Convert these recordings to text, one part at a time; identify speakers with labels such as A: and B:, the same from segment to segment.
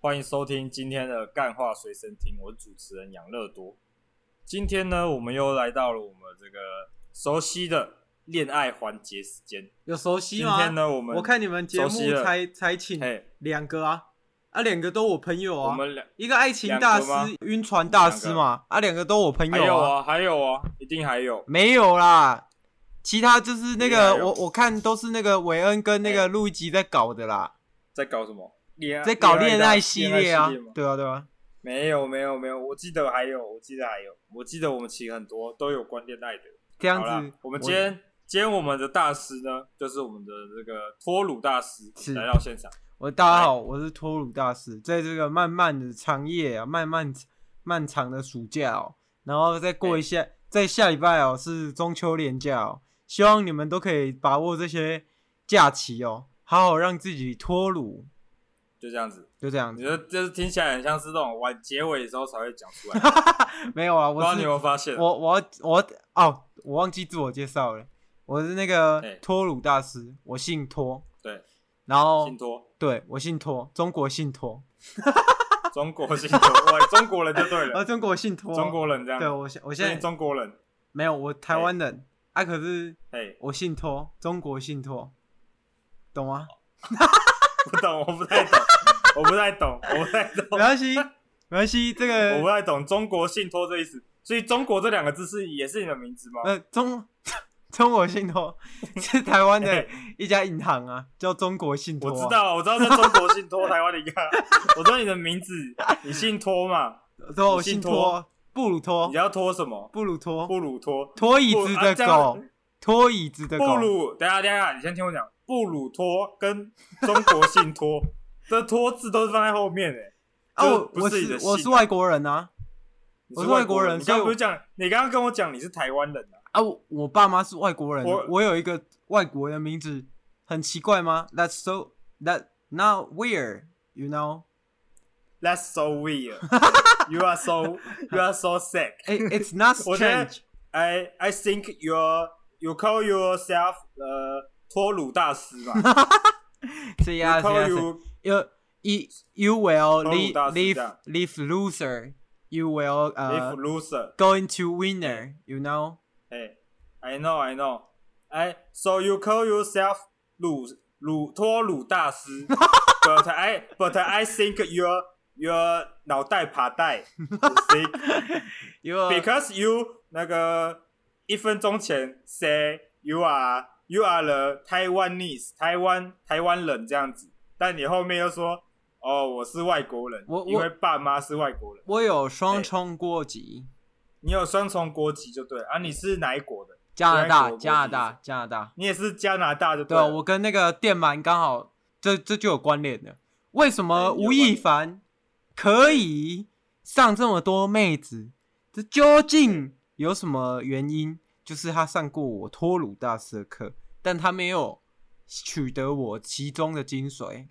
A: 欢迎收听今天的《干话随身听》，我是主持人养乐多。今天呢，我们又来到了我们这个熟悉的恋爱环节时间。
B: 有熟悉
A: 今
B: 吗？
A: 天呢，我们
B: 啊我看你们节目
A: 熟悉了
B: 才才请
A: 嘿，
B: 两个啊，啊两个都我朋友
A: 我
B: 啊，
A: 们两
B: 一个爱情大
A: 两个
B: 师、晕船大师嘛，啊两个都我朋
A: 还
B: 友
A: 有
B: 啊，
A: 啊，还有啊，一定还有。
B: 没有啦，其他就是那
A: 没有
B: 个
A: 啊没有
B: 我我看都是那个韦恩跟那
A: 哎
B: 个路易吉在搞的啦，
A: 在搞什么？恋爱
B: 在搞恋爱
A: 爱
B: 系列啊，
A: 吗
B: 对啊对啊，
A: 没有没有没有，我记得还有，我记得还有，我记得我们请很多都有关恋爱的。
B: 这
A: 这
B: 样子，
A: 我们今天今天我们的大师呢，就是我们的这个托鲁大师
B: 是
A: 来到现场。
B: 我大家好，我是托鲁大师，在这个漫漫的长夜啊，漫漫漫长的暑假哦，然后再过一下，
A: 哎
B: 在下礼拜哦是中秋连假哦，希望你们都可以把握这些假期哦，好好让自己脱乳，
A: 就这样子，
B: 就这样
A: 你
B: 子。
A: 觉得就是听起来很像是那种晚结尾的时候才会讲 出来，
B: 没有啊，
A: 不知道
B: 我
A: 嗯你
B: 是
A: 有没有发现？
B: 我我要我要哦，我忘记自我介绍了，我是那
A: 哎
B: 个托鲁大师，我姓托，
A: 对，
B: 然后
A: 信托，
B: 对我姓托，中国姓托，
A: 中国信托， 喂，中国人就对
B: 啊，
A: 了，
B: 中国姓托，
A: 中国人这样，
B: 对我现我
A: 我
B: 现在
A: 中国人，
B: 没有，我台湾人、啊，可是
A: 哎，
B: 我信托，中国信托，懂吗？
A: 哦不懂，我不太懂，我不太懂，我不太懂，
B: 没关系，没关系，这
A: 我不
B: 个
A: 太懂中国信托这意思，所以中国这两个字是也是你的名字吗？
B: 呃中 中国信托是台湾的
A: 嘿
B: 一家银行啊，叫中国信托
A: 哎我
B: 啊、
A: 知道，我知道在中国信托台湾的一个， 我知道你的名字，你姓托嘛？
B: 对，我
A: 信
B: 信
A: 托
B: 托，布鲁托
A: 你，要托什么？
B: 布鲁托，
A: 布鲁托，
B: 拖椅子
A: 啊
B: 的
A: 这样
B: 狗，拖椅子的狗
A: 布，鲁，等一下等一下，你先听我讲，布鲁托跟中国信托， 这托字都是放在后面欸诶、就
B: 哦，
A: 不
B: 我
A: 是你的
B: 是我
A: 姓
B: 是外国人啊
A: 你
B: 我
A: 是
B: 是外
A: 国
B: 国人
A: 你
B: 所以
A: 刚刚
B: 我
A: 不是讲，你刚刚跟我讲你是台湾人啊？
B: 啊，我我爸妈是外国人，
A: 我
B: 我有一个外国的名字，很奇怪吗？That's so that not weird, you know.
A: That's so weird. you are so you are so sick.
B: It, it's not
A: 我觉得
B: strange.
A: I I think you you call yourself 呃托鲁大师嘛
B: So
A: ？You
B: yeah, so
A: call
B: yeah, so-
A: you
B: you you you will
A: 投入
B: leave
A: 大师
B: leave
A: 这样。
B: leave loser. You will uh
A: if loser.
B: going to winner. You know.
A: Hey, I know, I know. I so you call yourself 鲁鲁托鲁大师，but I but I think your your 脑袋爬带，think
B: You are
A: because you 那个一分钟前 say you are you are the Taiwanese 台湾台湾人这样子，但你后面又说哦我是外国人，
B: 我我
A: 因为爸妈是外国人，
B: 我有
A: 哎
B: 双重国籍，
A: 你有双重国籍就对了啊，你是哪一国的？
B: 加拿
A: 原来我
B: 大
A: 国籍
B: 加拿大加拿大。
A: 你也是加拿大就
B: 对
A: 了
B: 啊，我跟那个电鳗刚好这这就有关联的。为什么
A: 对有
B: 吴亦凡可以上这么多妹子？这究竟有什么原因？就是他上过我托鲁大师的课，但他没有取得我其中的精髓，
A: 什么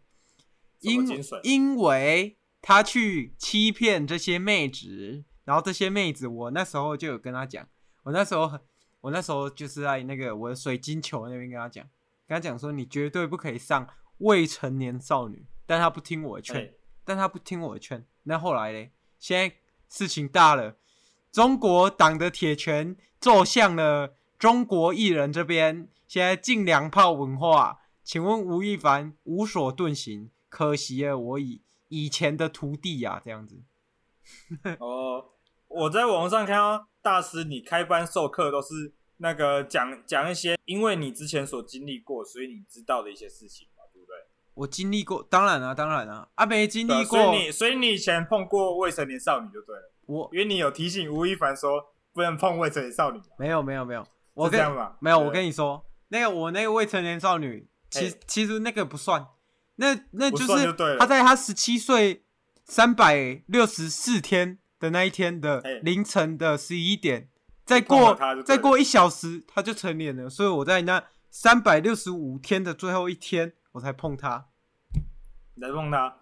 B: 因
A: 精髓
B: 因为他去欺骗这些妹子，然后这些妹子，我那时候就有跟他讲，我那时候很，我那时候就是在那个我的水晶球那边跟他讲，跟他讲说你绝对不可以上未成年少女，但他不听我的劝，
A: 哎
B: 但他不听我的劝。那后来嘞，现在事情大了，中国党的铁拳奏向了中国艺人这边，现在禁粮炮文化，请问吴亦凡无所遁形，可惜了我以以前的徒弟呀、啊，这样子。
A: 哦，我在网上看到大师你开班授课都是那个讲讲一些，因为你之前所经历过，所以你知道的一些事情嘛，对不对？
B: 我经历过，当然啊，当然啊，啊没经
A: 对啊
B: 历
A: 所
B: 过
A: 以，你所以你以前碰过未成年少女就对了，
B: 我
A: 因为你有提醒吴亦凡说不能碰未成年少女嘛，
B: 没有没有没有，我
A: 是这
B: 跟
A: 样吧？
B: 没有，
A: 对
B: 我跟你说，那个我那个未成年少女，其
A: 嘿
B: 其实那个不算，那那
A: 不
B: 就
A: 算
B: 是
A: 就对了
B: 她在她十七岁三百六十四天的那一天的
A: 哎
B: 凌晨的十一点，再
A: 碰了
B: 过
A: 他就对
B: 再
A: 了
B: 过一小时他就成年了，所以我在那三百六十五天的最后一天我才碰他。
A: 你在碰他，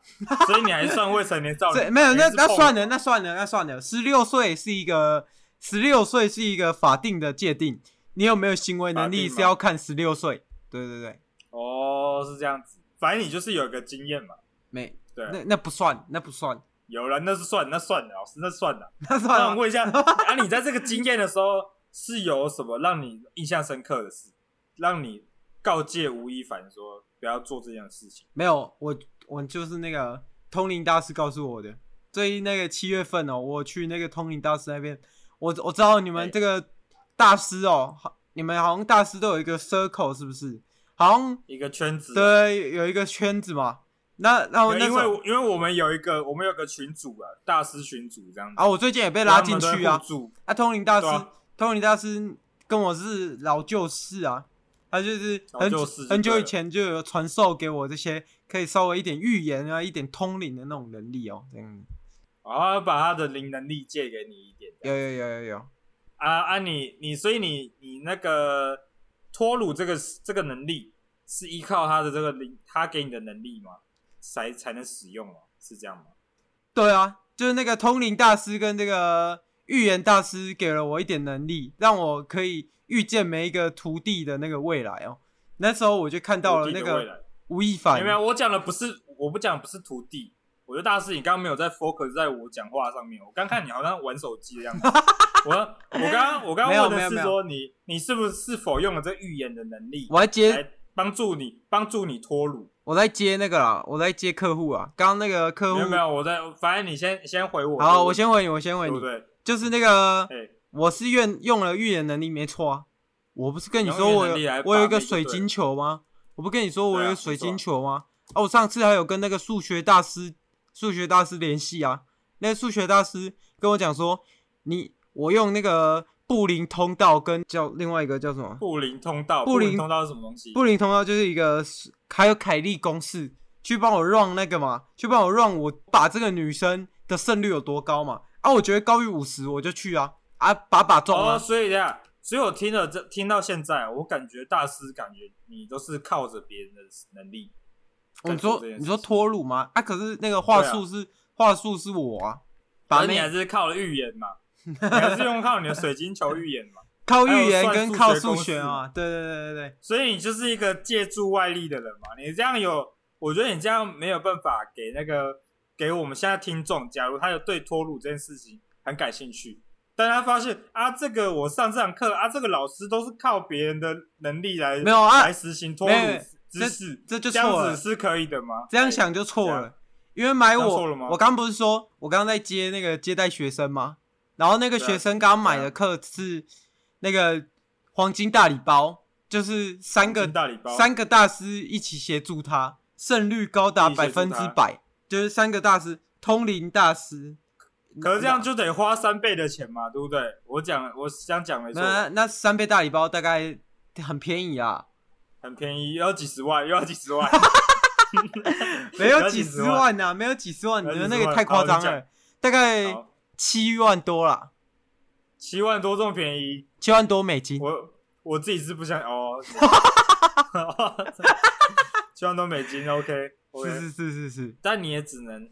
A: 所以你还算未成年少
B: 这
A: 女？
B: 没有那那算
A: 了，
B: 了，那算了，那算了。十六岁是一个十六岁是一个法定的界定，你有没有行为能力
A: 法定吗
B: 是要看十六岁。对对对，
A: 哦，是这样子，反正你就是有一个经验嘛。
B: 没
A: 对，
B: 那那不算，那不算，
A: 有了，那是算，那算了，老师，那算 了。
B: 那算
A: 那
B: 了
A: 我
B: 吗。
A: 问一下，啊，你在这个经验的时候是有什么让你印象深刻的事，让你告诫吴亦凡说不要做这样的事情？
B: 没有，我我就是那个通灵大师告诉我的。最那个七月份哦，我去那个通灵大师那边，我我知道你们
A: 哎
B: 这个大师哦，好你们好像大师都有一个 circle 是不是？好像
A: 一个圈子，
B: 对，有一个圈子嘛。那那我
A: 对
B: 哦那时
A: 因为
B: 候
A: 我因为我们有一个我们有个群主啊，大师群主这样子，
B: 啊，我最近也被拉进去啊。
A: 主
B: 啊，通灵大师，
A: 对啊
B: 通灵大师跟我是老旧识啊，他就是
A: 老
B: 很
A: 旧
B: 久
A: 识就
B: 很久
A: 对
B: 以
A: 了
B: 前就有传授给我这些可以稍微一点预言啊、一点通灵的那种能力哦，这样子。
A: 啊，把他的灵能力借给你一点这样
B: 有有有有有，
A: 啊啊你，你所以你你那个脱乳这个这个能力是依靠他的这个灵，他给你的能力吗？才才能使用吗？是这样吗？
B: 对啊，就是那个通灵大师跟这个预言大师给了我一点能力，让我可以预见每一个徒弟的那个未来哦。那时候我就看到
A: 徒
B: 了
A: 弟
B: 那
A: 的未
B: 个
A: 来
B: 吴亦凡，
A: 没有，我讲的不是，我不讲的不是徒弟。我觉得大师，你刚刚没有在 focus 在我讲话上面。我刚看你好像玩手机的 样子。我我刚刚我刚
B: 没有
A: 刚
B: 没
A: 问的
B: 有
A: 是
B: 没有
A: 说你你是不是是否用了这预言的能力
B: 我还接
A: 来帮助你帮助你脱乳？
B: 我在接那个啦，我在接客户啊，刚刚那个客户
A: 没有没有，我在反正你先先回我。
B: 好，我先回你，我先回
A: 对
B: 你
A: 不，对？
B: 就是那个
A: 哎，
B: 我是用用了预言能力，没错啊。我不是跟你说
A: 用
B: 我
A: 预言能力来
B: 有
A: 把
B: 我有一
A: 妹
B: 个
A: 就
B: 水
A: 对
B: 晶
A: 了
B: 球吗？我不跟你说我有一
A: 对啊
B: 个
A: 没
B: 水
A: 错
B: 晶
A: 啊
B: 球吗？啊，我上次还有跟那个数学大师数学大师联系啊，那个数学大师跟我讲说，你我用那个布林通道跟叫另外一个叫什么
A: 布林通道，
B: 布
A: 布林
B: 林
A: 通道是什么东西？
B: 布林通道就是一个还有凯利公式，去帮我 run 那个嘛，去帮我 run 我把这个女生的胜率有多高嘛？啊，我觉得高于五十我就去啊，啊把把中
A: 哦，
B: 啊，
A: 所以这样，所以我听了这听到现在，我感觉大师感觉你都是靠着别人的能力。
B: 哦你
A: 在做
B: 说
A: 这件
B: 你
A: 事
B: 说
A: 情
B: 脱乳吗？啊，可是那个话
A: 对啊
B: 术是、话术是我啊，把
A: 反正你还
B: 那
A: 是靠了预言 嘛，你还是用靠你的水晶球预言嘛，
B: 靠
A: 还有
B: 预言
A: 算
B: 跟
A: 数
B: 靠
A: 学
B: 数
A: 公
B: 学
A: 式
B: 啊，对对对对对，
A: 所以你就是一个借助外力的人嘛。你这样有，我觉得你这样没有办法给那个给我们现在听众，假如他有对脱乳这件事情很感兴趣，但他发现啊，这个我上这堂课啊，这个老师都是靠别人的能力来
B: 没有啊
A: 来，实行脱
B: 没有
A: 乳
B: 这
A: 知识，
B: 这就
A: 这
B: 错
A: 样
B: 了
A: 子，是可以的吗？
B: 这样想就错
A: 这
B: 了，因为买
A: 这样
B: 我
A: 错了吗
B: 我刚不是说我刚刚在接那个接待学生吗？然后那个
A: 对啊
B: 学生刚刚买
A: 对啊
B: 的课是那个黄金大礼包，就是三
A: 黄
B: 个
A: 金大礼包
B: 三个大师一起协助他，胜率高达
A: 一起
B: 百
A: 协助
B: 分之
A: 他
B: 百，就是三个大师，通灵大师。
A: 可是这样就得花三倍的钱嘛，对不对？我讲，我想讲没错，
B: 那那三杯大礼包大概很便宜 啊，
A: 很便宜，又要几十万，又要几 十万。
B: 没有
A: 要
B: 几
A: 几
B: 十
A: 十
B: 万呐、啊，没有几十万，你
A: 要几
B: 们
A: 十
B: 那个
A: 万
B: 太
A: 好
B: 夸
A: 你
B: 张
A: 讲
B: 了，大概
A: 好，
B: 七万多啦，
A: 七万多这么便宜，
B: 七万多美金。
A: 我我自己是不想哦。 七万多美金 ，OK，OK，、
B: 是是是是是，
A: 但你也只能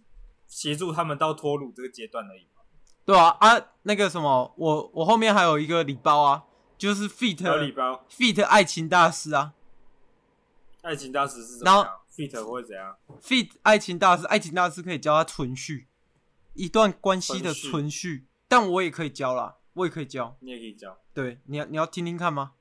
A: 协助他们到脱乳这个阶段 而已嘛。
B: 对啊啊，那个什么，我我后面还有一个礼包啊，就是 feat
A: 还有礼包，
B: feat 爱情大师啊
A: 爱情大使是怎
B: 然
A: 么
B: 后
A: 样？fit 会怎样？
B: ，feat 爱情大师，爱情大师可以教他存续，一段关系的
A: 存续
B: 存续，但我也可以教啦，我也可以教。
A: 你也可以教。
B: 对，你要你要听听看吗？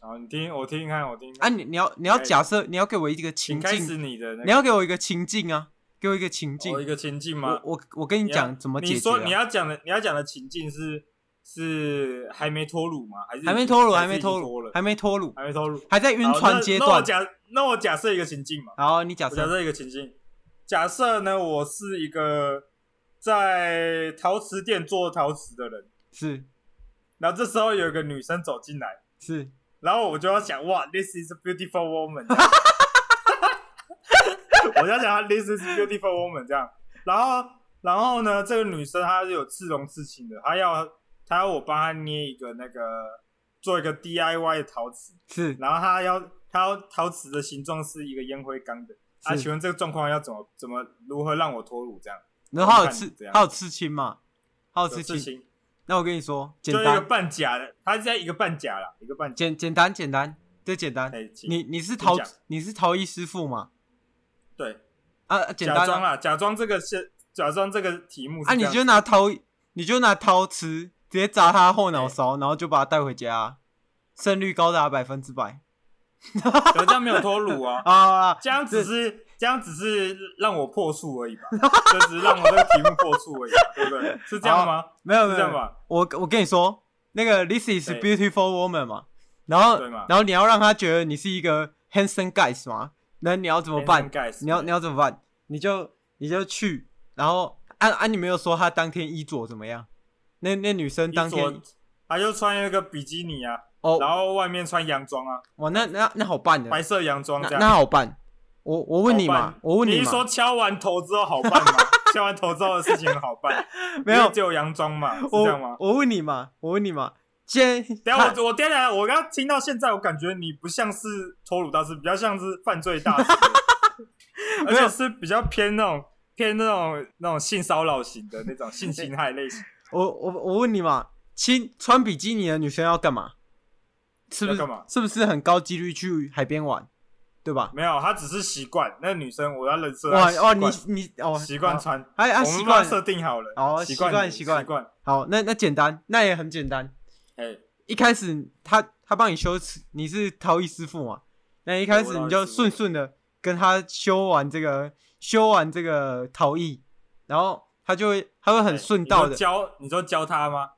A: 然后你听，我听听看，我听听
B: 啊，
A: 看。
B: 你你要你要
A: 哎
B: 假设你要给我一个情
A: 请开始
B: 境，
A: 你的那个
B: 你要给我一个情境啊，给我一个情境
A: 哦、一，个情境吗
B: 我？我我跟你
A: 要
B: 讲怎么解
A: 你
B: 决
A: 说你
B: 啊。
A: 要讲的，你要讲的情境是是还没脱乳吗？还是
B: 还没脱乳，还
A: 还
B: 没
A: 是已经
B: 脱
A: 脱
B: 乳
A: 了，，
B: 还没脱乳，
A: 还没脱乳，
B: 还在晕
A: 好
B: 船
A: 那
B: 阶
A: 那我
B: 段。
A: 假那我假设一个情境嘛，
B: 好，你假
A: 我假
B: 设
A: 设一个情境，假设呢，我是一个在陶瓷店做陶瓷的人，
B: 是
A: 然后这时候有一个女生走进来，
B: 是，
A: 然后我就要想，哇，this is a beautiful woman，我就要想她，this is a beautiful woman 这样，然后然后呢，这个女生她是有自容自情的，她要她要我帮她捏一个那个做一个 DIY 的陶瓷，
B: 是
A: 然后她要她要陶瓷的形状是一个烟灰缸的。啊，
B: 是
A: 请问这个状况要怎么怎么如何让我脱乳这样？
B: 然后还有
A: 看你
B: 刺
A: 这，样
B: 还有刺青嘛，还有
A: 有
B: 刺
A: 事
B: 青。
A: 情
B: 那我跟你说，简
A: 就一个
B: 单，
A: 半假的，她是在一个半假啦，一个半假。
B: 简简单简单，这简单。
A: 哎，请
B: 你你是
A: 请
B: 陶
A: 讲
B: 你是陶艺师傅嘛？
A: 对
B: 啊，简
A: 假
B: 单
A: 装
B: 啊，
A: 啦，假装这个是假装这个题目是
B: 啊你
A: 这样
B: 就拿陶你就拿陶瓷直接砸他后
A: 哎
B: 脑勺，然后就把他带回家啊，胜率高达百分之 百，
A: 可是这样没有脱乳啊
B: 啊！
A: 这样只是这样只是让我破处而已吧，就只是让我这个题目破处而已吧，对不对？是这样吗？
B: 没有
A: 是
B: 没
A: 这样
B: 有，
A: 吧？
B: 我我跟你说，那个 This is a
A: 对
B: beautiful woman 嘛，然后
A: 对嘛
B: 然后你要让他觉得你是一个 handsome guys 嘛，那你要怎么办？
A: 哎 Guys，
B: 你要你要怎么办？你就你就去，然后按按、啊你没有说她当天衣着怎么样？那那女生当
A: 当
B: 天
A: 天他就穿那个比基尼啊，然
B: 哦，
A: 后外面穿洋装啊，
B: 哇，那那那好办的，
A: 白色洋装
B: 那
A: 这样。
B: 那好办。我我问你
A: 好
B: 嘛
A: 办，
B: 我问
A: 你是
B: 嘛，
A: 说敲完头之后好办 吗？敲完头之后的事情很好办，
B: 没有
A: 因为只有洋装嘛，是这样吗
B: 我？我问你嘛，我问你嘛，先
A: 等一下我我等一下，我刚刚听到现在，我感觉你不像是脱乳大师，比较像是犯罪大师，而
B: 没有
A: 且是比较偏那种偏那种那种性骚扰型的那种 性侵害类型，
B: 我我我问你嘛，亲穿比基尼的女生要干嘛？是不是
A: 要干嘛
B: 是不是很高几率去海边玩，对吧？
A: 没有，他只是习惯。那个女生，我要人设，
B: 哇
A: 啊她习
B: 哦，
A: 惯
B: 你你哦，
A: 习惯穿，
B: 哎哎
A: 我们
B: 习
A: 帮她
B: 惯
A: 设定好了，
B: 哦
A: 习
B: 习惯
A: 惯
B: 习
A: 习
B: 惯
A: 惯，
B: 好，那那简单，那也很简单。
A: 哎，
B: 一开始他他帮你修，你是陶艺师傅嘛？那一开始你就顺顺的跟他修完这个修完这个陶艺，然后他就会他会很
A: 哎
B: 顺道
A: 你
B: 的
A: 说，教你说教他吗？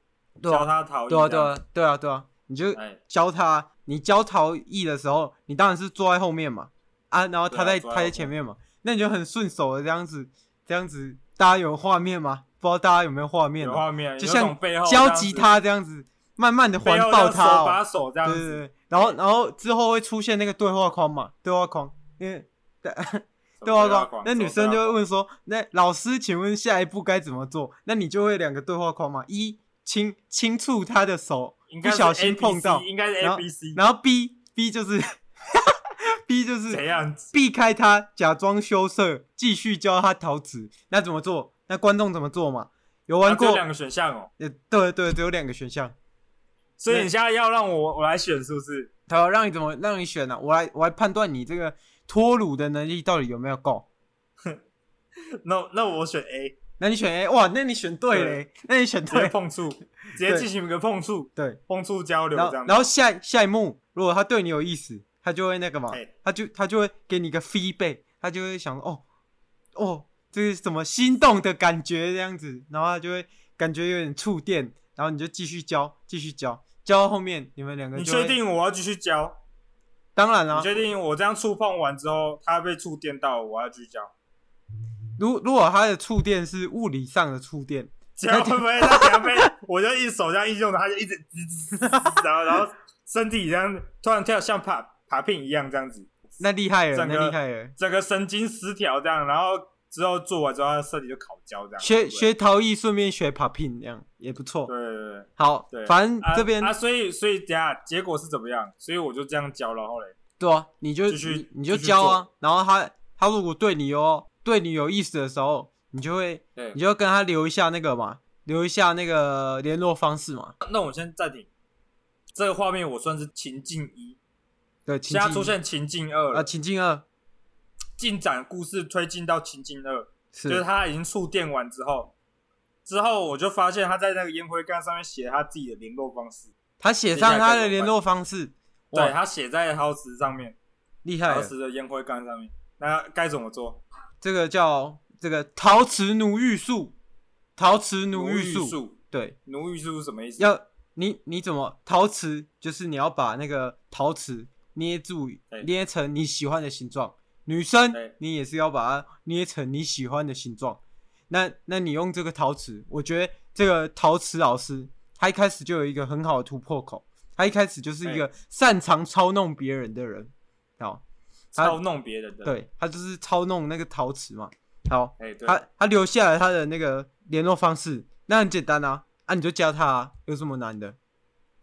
B: 对
A: 教
B: 啊
A: 他逃逸，
B: 对啊对，啊对啊对啊，你就
A: 哎，
B: 教他，你教陶艺的时候，你当然是坐在后面嘛，啊，然后他
A: 对啊
B: 在
A: 坐在
B: 他在
A: 后
B: 前面嘛，那你就很顺手的这样子这样子，大家有画面吗？不知道大家有没有画面
A: 有
B: 啊？
A: 画面，
B: 就
A: 有
B: 像
A: 种背后
B: 教吉他这样子，慢慢的
A: 这
B: 环
A: 样子，背
B: 抱
A: 后要
B: 他、
A: 手
B: 哦，
A: 把手这样
B: 对
A: 子
B: 对，对，然后然后之后会出现那个对话框嘛，对话框，因为对话框，那女生就会问说，那老师，请问下一步该怎么做？那你就会两个对话框嘛，一轻轻触她的手，
A: 应
B: 不
A: 该是
B: 小心碰到
A: ABC，应该是
B: 然后
A: A B C，
B: 然后 B B 就是 B 就是
A: 怎样？
B: 避开她，假装羞涩，继续教她陶瓷。那怎么做？那观众怎么做嘛？有
A: 啊
B: 玩
A: 只有
B: 过？
A: 两个选项哦，
B: 呃，对对，只有两个选项。
A: 所以你现在要让我我来选是不是？
B: 他要让你怎么让你选呢、啊我来我来判断你这个脱乳的能力到底有没有够。
A: 那那我选 A，
B: 那你选 A，哇，那你选对嘞，那你选
A: 直接
B: 对，
A: 碰触，直接进行一个碰触，
B: 对。
A: 碰触交流
B: 然
A: 这
B: 后
A: 样。
B: 然后下一下一幕，如果他对你有意思，他就会那个嘛
A: 哎，
B: 他就他就会给你一个 feedback，他就会想哦哦，这是什么心动的感觉这样子，然后他就会感觉有点触电，然后你就继续教，继续教，教到后面你们两个
A: 你
B: 就会
A: 确？定我要继续教？
B: 当然啦、
A: 你确定我这样触碰完之后，他被触电到，我要继续教？
B: 如如果他的触电是物理上的触电，
A: 这样会不会他等下被我就一手这样一用，他就一直吱吱吱吱，然后然后身体这样突然跳像爬爬片一样这样子，
B: 那厉害了，
A: 整
B: 那
A: 个
B: 厉害了。
A: 整个神经失调这样，然后之后做完之后，他身体就烤焦这样。
B: 学
A: 对不对
B: 学陶艺，顺便学 popping，这样也不错。
A: 对对对。
B: 好
A: 对，
B: 反正
A: 啊
B: 嗯这边
A: 啊，所以所以等下结果是怎么样？所以我就这样教，然后嘞，
B: 对啊，你就
A: 继续
B: 你你就
A: 继续
B: 教啊，然后他他如果对你有对你有意思的时候，你就会
A: 对
B: 你就跟他留一下那个嘛，留一下那个联络方式嘛。
A: 那我先暂停。这个画面我算是情境一，
B: 对，情
A: 现在
B: 境
A: 出现情境二
B: 啊，
A: 了，
B: 情境二
A: 进展故事推进到情境二，就是
B: 是
A: 他已经触电完之后，之后我就发现他在那个烟灰缸上面写他自己的联络方式，
B: 他写
A: 接下
B: 上
A: 来
B: 他
A: 该怎
B: 的
A: 么
B: 联
A: 办
B: 络方式，
A: 对
B: 哇，
A: 他写在陶瓷上面，
B: 厉害
A: 陶
B: 了！
A: 瓷的烟灰缸上面，那该怎么做？
B: 这个叫这个陶瓷奴役术，陶瓷奴
A: 奴
B: 役术，
A: 术，
B: 对，
A: 奴役术是什么意思？
B: 要你你怎么陶瓷？就是你要把那个陶瓷捏住，
A: 对
B: 捏成你喜欢的形状。女生
A: 对
B: 你也是要把它捏成你喜欢的形状。那那你用这个陶瓷，我觉得这个陶瓷老师他一开始就有一个很好的突破口，他一开始就是一个擅长操弄别人的人。好，
A: 操弄别人的，
B: 对他就是操弄那个陶瓷嘛，好，
A: 哎，对，
B: 他他留下了他的那个联络方式，那很简单啊，啊你就加他、啊，有什么难的？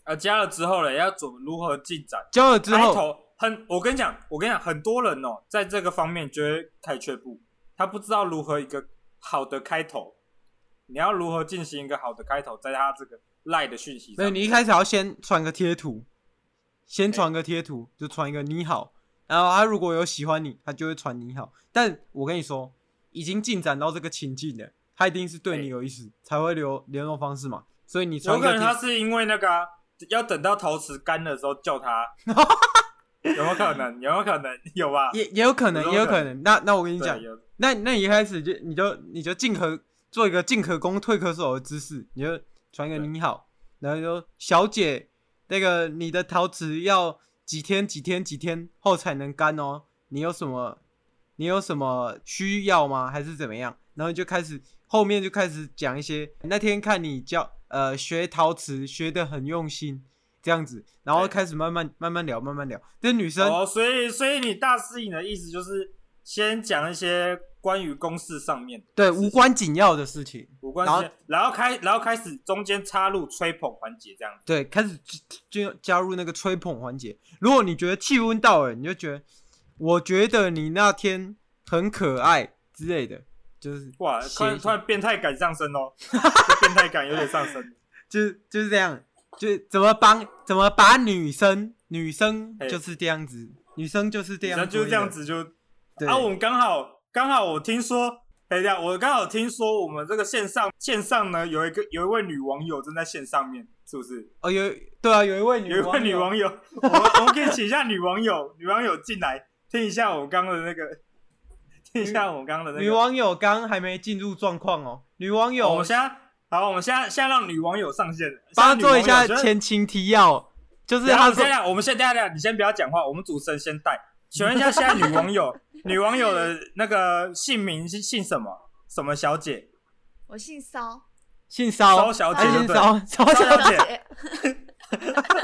A: 啊，加了之后呢，要怎么如何进展？
B: 加了之
A: 开
B: 后，
A: 头很，我跟你讲，我跟你讲，很多人哦，在这个方面就会开缺步，他不知道如何一个好的开头，你要如何进行一个好的开头，在他这个赖的讯息
B: 没有，
A: 上，
B: 你一开始要先传个贴图，先传个贴图，就传一个你好，然后他如果有喜欢你，他就会传你好。但我跟你说，已经进展到这个情境了，他一定是对
A: 哎
B: 你有意思，才会留联络方式嘛。所以你传
A: 有
B: 一
A: 可
B: 个
A: 能他
B: 贴，
A: 是因为那个啊、要等到陶瓷干的时候 叫他，有没有可能？有没有可能？有吧？
B: 也也有可能，
A: 有
B: 也有
A: 可
B: 可能。那那我跟你
A: 对
B: 讲，
A: 有
B: 那那你一开始就你就你就进可做一个进可攻退可守的姿势，你就传一个
A: 对
B: 你好，然后就说小姐，那个你的陶瓷要几天几天几天后才能干哦？你有什么你有什么需要吗？还是怎么样？然后就开始后面就开始讲一些那天看你教呃学陶瓷学的很用心这样子，然后
A: 对
B: 开始慢慢慢慢聊慢慢聊，这女生、
A: 哦，所以所以你大四影的意思就是先讲一些关于公式上面的
B: 对
A: 事情
B: 无关紧要的事情。
A: 无关
B: 然后
A: 事件，然后开然后开始中间插入吹捧环节这样子。
B: 对，开始就就加入那个吹捧环节。如果你觉得气温到了，你就觉得，我觉得你那天很可爱之类的，就是
A: 哇，
B: 写
A: 突然
B: 一
A: 突
B: 下
A: 然变态感上升哦，这变态感有点上升。
B: 就是就是这样，就是怎么帮怎么把女生女生
A: 哎
B: 就是这样子，女生就是 这样，
A: 然后就是这样。子就
B: 对，
A: 啊，我们刚好刚好我听说，哎等一下我刚好听说我们这个线上线上呢有一个有一位女网友正在线上面，是不是？
B: 哦有对啊，有一位女
A: 有一位女
B: 友
A: 网友，我们我们可以请一下女网友， 女网友进来听一下我们刚刚的那个，听一下我们刚刚的那
B: 女
A: 个。
B: 网友刚还没进入状况哦，女网
A: 我
B: 友
A: 们现在好，我们现在现在让女网友上线，
B: 帮她做一下
A: 现在女网友
B: 前情提要，就是
A: 然后
B: 她
A: 现
B: 说
A: 在我们先等一下，等一下你先不要讲话，我们主持人先带。请问一下，现在女网友， 女网友的那个姓名是姓什么？什么小姐？
C: 我姓骚，
B: 姓骚，
A: 骚小
C: 姐
B: 哎
C: 就
B: 姓
A: 对
B: 骚骚
A: 骚
B: 小
A: 小
B: 姐，
A: 姐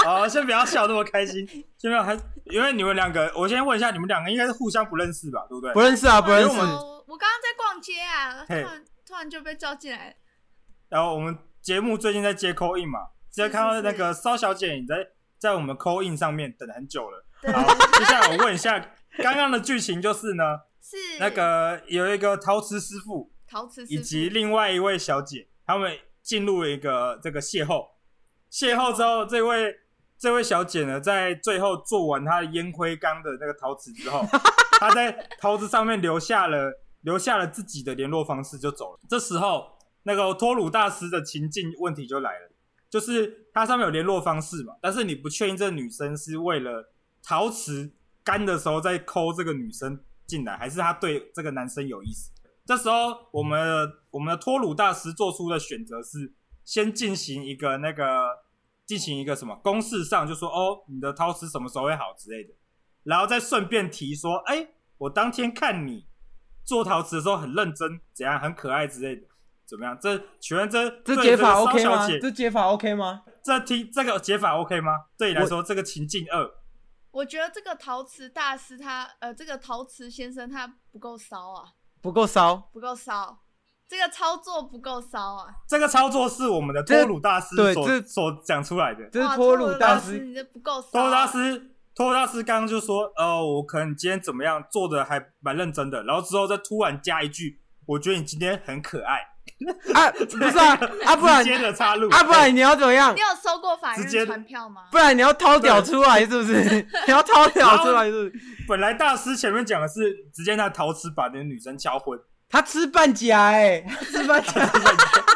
A: 好，先不要笑那么开心，先不要还，因为你们两个，我先问一下，你们两个应该是互相不认识吧？对不对？
B: 不认识啊，不认
A: 因为
B: 识
A: 我。们
C: 我我刚刚在逛街啊，突
A: 嘿
C: 然突然就被叫进来，
A: 然后我们节目最近在接 call in 嘛，直接看到那个骚小姐你在在我们 call in 上面等很久了。
C: 对，
A: 好，接下来我问一下，刚刚的剧情就是呢，
C: 是
A: 那个有一个陶瓷师傅
C: 陶瓷师
A: 以
C: 傅
A: 及另外一位小姐，他们进入了一个这个邂逅，邂逅之后，这位这位小姐呢，在最后做完她的烟灰缸的那个陶瓷之后，她在陶瓷上面留下了留下了自己的联络方式就走了。这时候，那个托鲁大师的情境问题就来了，就是它上面有联络方式嘛，但是你不确定这女生是为了陶瓷干的时候再抠这个女生进来，还是她对这个男生有意思。这时候，我们的我们的托鲁大师做出的选择是先进行一个那个进行一个什么公式上，就说哦，你的陶瓷什么时候会好之类的，然后再顺便提说，哎，我当天看你做陶瓷的时候很认真，怎样很可爱之类的，怎么样？这请问这
B: 这
A: 对
B: 解法
A: 个骚
B: OK
A: 小
B: 吗？
A: 姐
B: 这解法 OK 吗？
A: 这题这个解法 OK 吗？对你来说，这个情境二
C: 我觉得这个陶瓷大师他，呃，这个陶瓷先生他不够骚啊，
B: 不够骚，
C: 不够骚，这个操作不够骚啊！
A: 这个操作是我们的托鲁大师
B: 这对
A: 所
B: 这
A: 所讲出来的。
B: 这
C: 哇
B: 是托
C: 鲁
B: 鲁大师。
C: 师，你这不够骚、
A: 托鲁
C: 啊。
A: 大师，托鲁大师刚刚就说，呃，我可能今天怎么样做的还蛮认真的，然后之后再突然加一句，我觉得你今天很可爱，
B: 啊，不是啊，啊不
A: 直接
B: 然
A: 的哎插入，
B: 啊不然你要怎么样
C: 你？有收过法
A: 直接
C: 院传票吗
B: 不？然你要掏屌出来是不是？ 你要掏屌出来是不是？
A: 对本来大师前面讲的是直接拿陶瓷把那个女生敲昏，
B: 他吃半甲 哎，他吃半甲。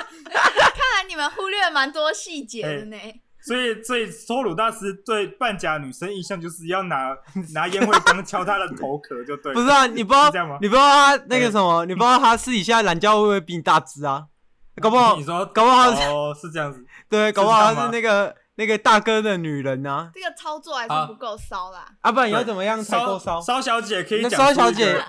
C: 看来你们忽略蛮多细节的呢。
A: 所以所以托鲁大师对半甲女生印象就是要拿拿烟灰缸敲她的头壳，就对 了，
B: 不是啊，你不知道
A: 是这样吗，哎
B: 你不知道他那个什么，你不知道他私底下懒觉会不会比你大只啊？搞不好
A: 你，说
B: 搞不好
A: 哦是这样子，
B: 对，搞不好
A: 是这
B: 他
A: 样
B: 是
A: 吗
B: 那个那个大哥的女人呐。
C: 这个操作还
A: 啊
C: 是不够骚啦。
B: 啊，不然你要怎么样才够
A: 骚
B: 骚？
A: 骚小姐可以讲出一个
B: 那骚小姐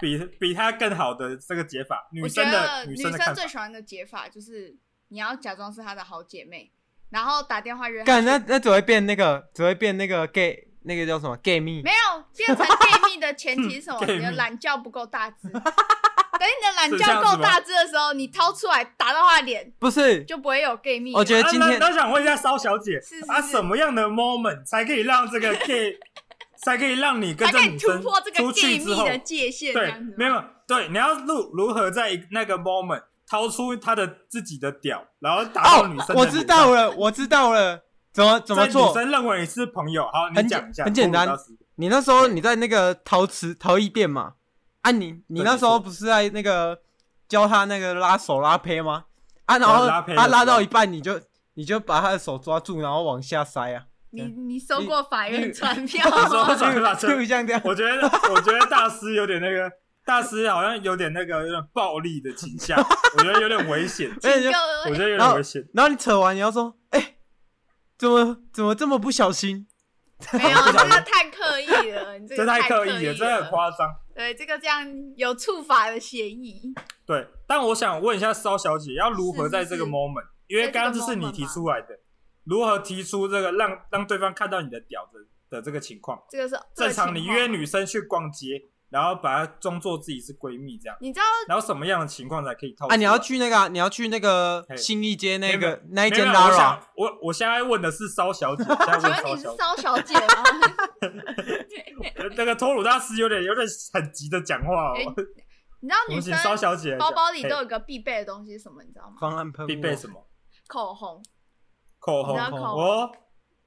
A: 比比她更好的这个解法，女
C: 我觉
A: 生的
C: 得
A: 女
C: 女
A: 生的看
C: 生
A: 法
C: 最。喜欢的解法就是你要假装是她的好姐妹，然后打电话约她
B: 干
C: 去。
B: 那那只会变那个，只会变那个 gay，那个叫什么 gay 蜜？
C: 没有变成 gay 蜜的前提是什么？
A: gay 蜜
C: 你的懒觉不够大只。等你的懒
A: 嗯是这样
C: 觉
A: 子吗
C: 够大只的时候，你掏出来打到他的脸，
B: 不是，
C: 就不会有 gay 蜜了。
B: 我觉得今天
A: 啊那那想问一下骚小姐，
C: 是是
A: 啊，
C: 是
A: 什么样的 moment 才可以让这个 gay，才可以让你跟
C: 才
A: 这
C: 可以
A: 女
C: 突
A: 生
C: 破这
A: 出
C: 个 gay
A: 去之
C: 蜜
A: 后，
C: 的界限，这
A: 对
C: 样子吗，
A: 没有对，你要如如何在一那个 moment 掏出他的自己的屌，然后打到
B: 哦
A: 女生的，脸上、
B: 我知道了，我知道了，怎么怎么
A: 在
B: 做
A: 女？生认为你是朋友，好，你
B: 很
A: 讲一下，
B: 很简单
A: 脱乳到死
B: 你那时候你在那个陶瓷陶艺店嘛？啊你，你
A: 对
B: 那时候
A: 没错
B: 不是在那个教他那个拉手拉胚吗？啊，然
A: 对
B: 后
A: 拉胚
B: 他
A: 的
B: 拉
A: 时
B: 到
A: 候
B: 一半，你就你就把他的手抓住，然后往下塞 啊，
C: 你你收过法
B: 你
C: 院传票
A: 你说
C: 吗？
A: 转发
B: 就
A: 车
B: 就，像这样。
A: 我觉得我觉得大师有点那个，大师好像有点那个有点暴力的倾向，我觉得有点危险，
B: 而且哎就
C: 请各
A: 我
C: 位
A: 觉得有
B: 然
A: 点
B: 后
A: 危险。
B: 然后你扯完，你要说，哎、怎么怎么这么不小心？
C: 没有，这个太刻意了，你这
A: 这
C: 个
A: 太刻
C: 刻
A: 意
C: 了，
A: 了，这很夸张。
C: 对，这个这样有触法的嫌疑。
A: 对，但我想问一下骚小姐，要如何
C: 是
A: 在
C: 是
A: 这个
C: 是
A: moment，因为
C: 在这个
A: 刚刚这是你
C: moment
A: 提
C: 嘛
A: 出来的，如何提出这个让让对方看到你的屌的的这个情况？
C: 这个是
A: 正常，你约，
C: 这个情况
A: 女生去逛街，然后把她装作自己是闺蜜这样，
C: 你知道
A: 然后什么样的情况才可以套出来？
B: 啊，你要去那个啊、你要去那个
A: 嘿
B: 信义街
A: 没
B: 那
A: 有
B: 个那一
A: 没有
B: 间啊
A: 没有我
B: Lara，
A: 想我我现在问的是骚小姐，现在
C: 请
A: 问
C: 问
A: 骚
C: 你是
A: 小姐，
C: 骚小姐吗？
A: 呃那个托鲁大师有点有点很急的讲话哦
C: 哎。你知道
A: 我
C: 女
A: 们请
C: 生
A: 骚小姐来讲
C: 包包里都
A: 嘿
C: 有个必备的东西是什么？你知道吗？
B: 方案喷
A: 必
B: 雾啊
A: 备什么？
C: 口红。
A: 口
C: 你
A: 红
C: 知道口红
A: 哦，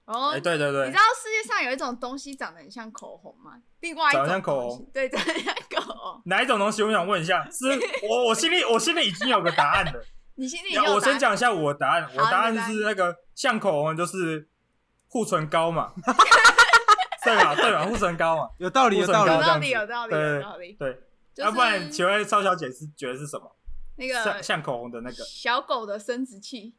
C: 然后
A: 哎
C: 你
A: 对对对
C: 知，道世界上有一种东西长得很像口红吗？另外一
A: 长得
C: 种
A: 像口
C: 东西，对，长得像口红。
A: 哪一种东西？我想问一下， 是我我心里我心里已经有个答案了。
C: 你心里
A: 然后
C: 有
A: 我
C: 答
A: 先
C: 案？
A: 讲一下我的答案，我答案
C: 你的答案
A: 是那个像口红就是护唇膏 嘛，对吧？对吧？护唇膏嘛，
B: 有道理有道
A: 护唇
C: 有
A: 膏
B: 理
A: 这。样
C: 道理，
A: 子
C: 有道理，
A: 对
C: 有道理。
A: 对。
C: 就
A: 要、不然，
C: 是
A: 请问邵小姐是觉得是什么？
C: 那
A: 像
C: 个
A: 像口红的那个
C: 小狗的生殖器，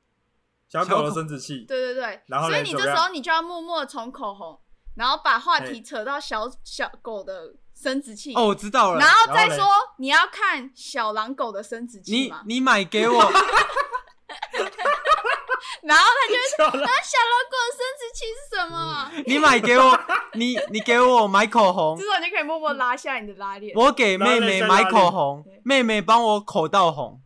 A: 小
B: 小
A: 狗
B: 口
A: 的生殖器，
C: 对对对。
A: 然后
C: 所以
A: 嘞
C: 你
A: 怎
C: 这
A: 么
C: 时
A: 样
C: 候你就要默默从口红，然后把话题
A: 哎
C: 扯到小小狗的生殖器。
B: 哦，我知道了
C: 然。后
A: 然
C: 再
A: 后嘞
C: 说你要看小狼狗的生殖器
B: 你
C: 嘛，
B: 你买给 我，
C: 然后他就会
A: 小
C: 说
A: 狼
C: 啊，小狼狗的生殖器是什么？
A: 嗯
B: 你买给我，你你给我买口红
C: 这，时候你就可以默默拉下你的拉链。
B: 我给妹妹买口红
C: 对，
B: 妹妹帮我口到红。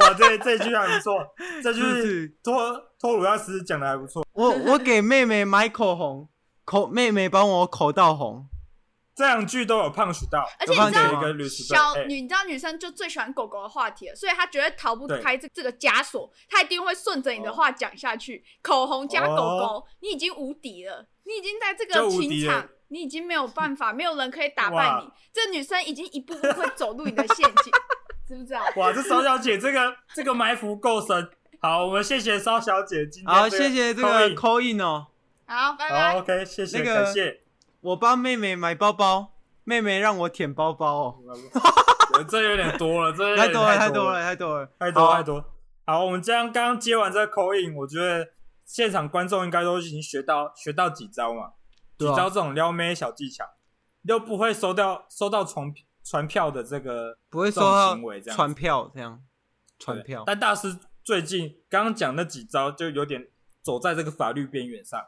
A: 哇，这这句还不错，这句
B: 是不
A: 是
B: 是
A: 托托鲁亚斯讲的还不错，
B: 我我给妹妹买口红，口妹妹帮我口到 红。
A: 这两句都有胖取到，
C: 而
B: 我
C: 且你
B: 帮
C: 知
B: 给
C: 道
A: 一个律师
C: 小
A: 哎
C: 女，你知道女生就最喜欢狗狗的话题了，所以她绝对逃不
A: 对哦
C: 开这这个枷锁，她一定会顺着你的话讲下去。口红加狗狗，你已经无敌了，你已经在这
A: 就
C: 个
A: 无敌
C: 情
A: 了
C: 场，你已经没有办法，没有人可以打败你
A: 哇。
C: 这女生已经一步步会走入你的陷阱， 知不知道？
A: 哇，这邵小姐这个这个埋伏够深。好，我们谢谢邵小姐今天
B: 好，
A: 这个
B: 谢谢这
A: call
B: 个
A: in
B: call in 哦，
C: 好，拜
A: 好
C: 拜。
A: ，OK，谢谢，
B: 那个
A: 感 谢。
B: 我帮妹妹买包包，妹妹让我舔包包哦，
A: 这有点多了，这有
B: 太
A: 点
B: 多了，
A: 太
B: 太多
A: 了，
B: 了，太多了，
A: 太多
B: 好
A: 太多。好，我们这样刚刚接完这个口音，我觉得现场观众应该都已经学到学到几招嘛，几
B: 对啊
A: 招这种撩妹小技巧，又不会收到收到传传票的这个
B: 不会收
A: 这种
B: 到
A: 行为这样子
B: 传票这样，传
A: 对
B: 票。
A: 但大师最近刚刚讲那几招，就有点走在这个法律边缘上，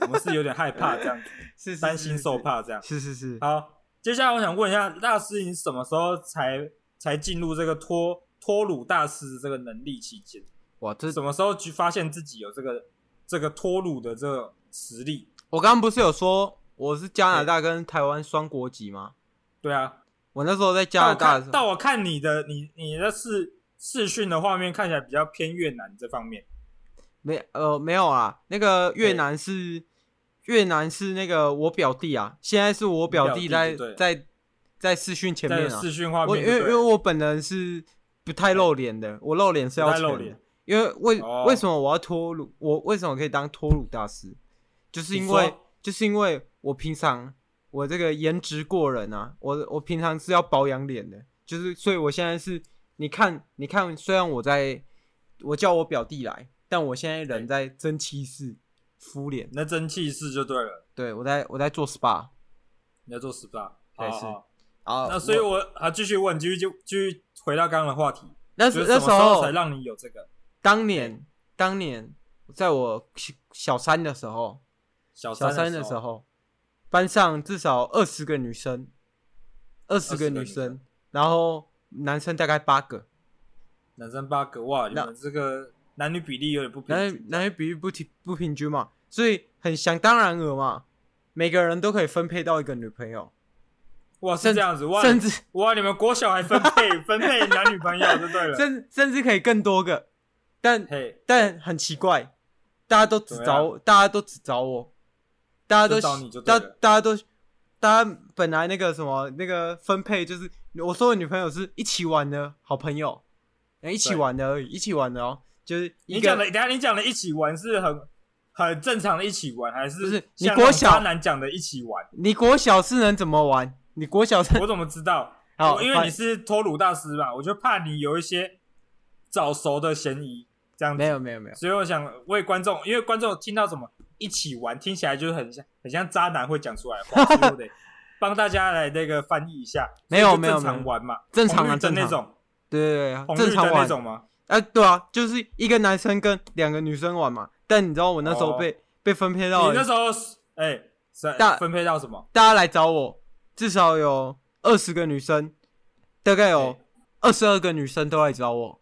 A: 我们是有点害怕这样子，
B: 是是
A: 担心受，怕这样。
B: 是是是是，
A: 好，接下来我想问一下大师，你什么时候才才进入这个脱脱乳大师的这个能力期间？
B: 哇，这
A: 什么时候去发现自己有这个这个脱乳的这个实力？
B: 我刚刚不是有说我是加拿大跟台湾双国籍吗？
A: 对啊，
B: 我那时候在加拿
A: 但我
B: 大的时
A: 看
B: 候，
A: 但我看你的你你的视视讯的画面看起来比较偏越南这方面，
B: 没呃没有啊，那个越
A: 对
B: 南是越南是那个我表弟啊，现在是我表
A: 你
B: 弟
A: 表
B: 在
A: 弟对
B: 在在视讯前
A: 在
B: 面啊
A: 视，讯画
B: 我因
A: 面
B: 为
A: 就
B: 因
A: 对
B: 为
A: 了，
B: 我本人是不太露脸的，我露脸是要
A: 不
B: 钱
A: 太露
B: 的
A: 脸，
B: 因为为、
A: 哦
B: 为什么我要脱乳？我为什么可以当脱乳大师？就是因
A: 你
B: 为
A: 说
B: 就是因为我平常我这个颜值过人啊，我我平常是要保养脸的，就是所以我现在是，你看你看，虽然我在我叫我表弟来，但我现在人在蒸汽室敷脸，
A: 你的蒸汽室就对了，
B: 对我在我在做 SPA
A: 你在做 SPA，
B: 对
A: 好
B: 是
A: 好
B: 啊，
A: 那所以我啊继续问，继续就继续回到刚刚的话题，
B: 那
A: 就是是
B: 那
A: 什么
B: 时
A: 时候
B: 候
A: 才让你有这个
B: 当年当年在我小小三的时候，
A: 小
B: 小
A: 三
B: 三的时候，班上至少二十个女生，二十个
A: 20个
B: 女
A: 女
B: 生
A: 生，
B: 然后男生大概八个，
A: 男生八个哇，你
B: 那
A: 们这个男女比例有点不平
B: 男
A: 均
B: 女。男女比例不平不平均嘛，所以很想当然尔嘛，每个人都可以分配到一个女朋友，
A: 哇，
B: 甚
A: 是这样子哇，
B: 甚至
A: 哇，你们国小还分配分配男女朋友就对了。
B: 甚甚至可以更多个，但
A: 嘿，
B: 但很奇怪，大家都只
A: 怎么
B: 找
A: 样
B: 我，大家都只找我，大家都
A: 啊就找你就对
B: 大
A: 了
B: 大家都大家本来那个什么那个分配就是我说的女朋友是一起玩的好朋友，呃一起
A: 对
B: 玩的而已，一起玩的哦，就是一
A: 你讲的，
B: 个
A: 等一下你讲的一起玩是很很正常的一起玩，还
B: 不是
A: 是
B: 你
A: 像
B: 国
A: 那种
B: 小
A: 渣男讲的一起玩？
B: 你国小是能怎么玩？你国小是
A: 我怎么知道？
B: 好，
A: 我因为
B: 反
A: 你是托鲁大师吧，我就怕你有一些早熟的嫌疑，这样子
B: 没。有没有没有，
A: 所以我想为观众，因为观众听到什么一起玩，听起来就是很像很像渣男会讲出来的话，所以 我得帮大家来那个翻译一下。
B: 没有
A: 所以就
B: 没有
A: 正
B: 没有
A: 常玩嘛，
B: 正常啊
A: 红绿灯
B: 正常
A: 那种，
B: 对对对，
A: 红
B: 正
A: 绿
B: 常
A: 灯那
B: 玩
A: 种吗？
B: 啊，对啊，就是一个男生跟两个女生玩嘛，但你知道我那时候
A: 哦
B: 被、被分配到
A: 你那时候是哎，是
B: 大
A: 分配到什么？
B: 大家来找我，至少有二十个女生，大概有二十二个女生都来找我，